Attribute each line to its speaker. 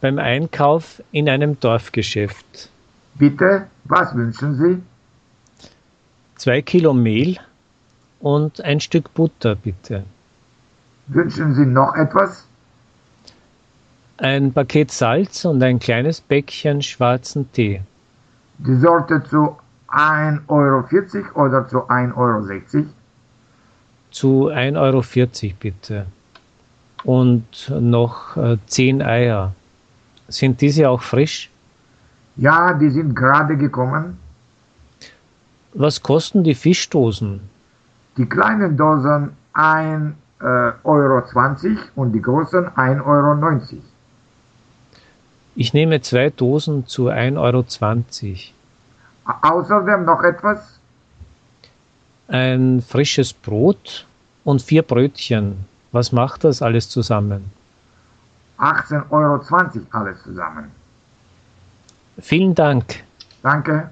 Speaker 1: beim Einkauf in einem Dorfgeschäft.
Speaker 2: Bitte, was wünschen Sie?
Speaker 1: Zwei Kilo Mehl und ein Stück Butter, bitte.
Speaker 2: Wünschen Sie noch etwas?
Speaker 1: Ein Paket Salz und ein kleines Bäckchen schwarzen Tee.
Speaker 2: Die Sorte zu 1,40 Euro oder zu 1,60 Euro?
Speaker 1: Zu 1,40 Euro, bitte. Und noch äh, 10 Eier. Sind diese auch frisch?
Speaker 2: Ja, die sind gerade gekommen.
Speaker 1: Was kosten die Fischdosen?
Speaker 2: Die kleinen Dosen 1,20 äh, Euro und die großen 1,90 Euro.
Speaker 1: Ich nehme zwei Dosen zu 1,20 Euro.
Speaker 2: Außerdem noch etwas?
Speaker 1: Ein frisches Brot und vier Brötchen. Was macht das alles zusammen?
Speaker 2: 18,20 Euro alles zusammen.
Speaker 1: Vielen Dank.
Speaker 2: Danke.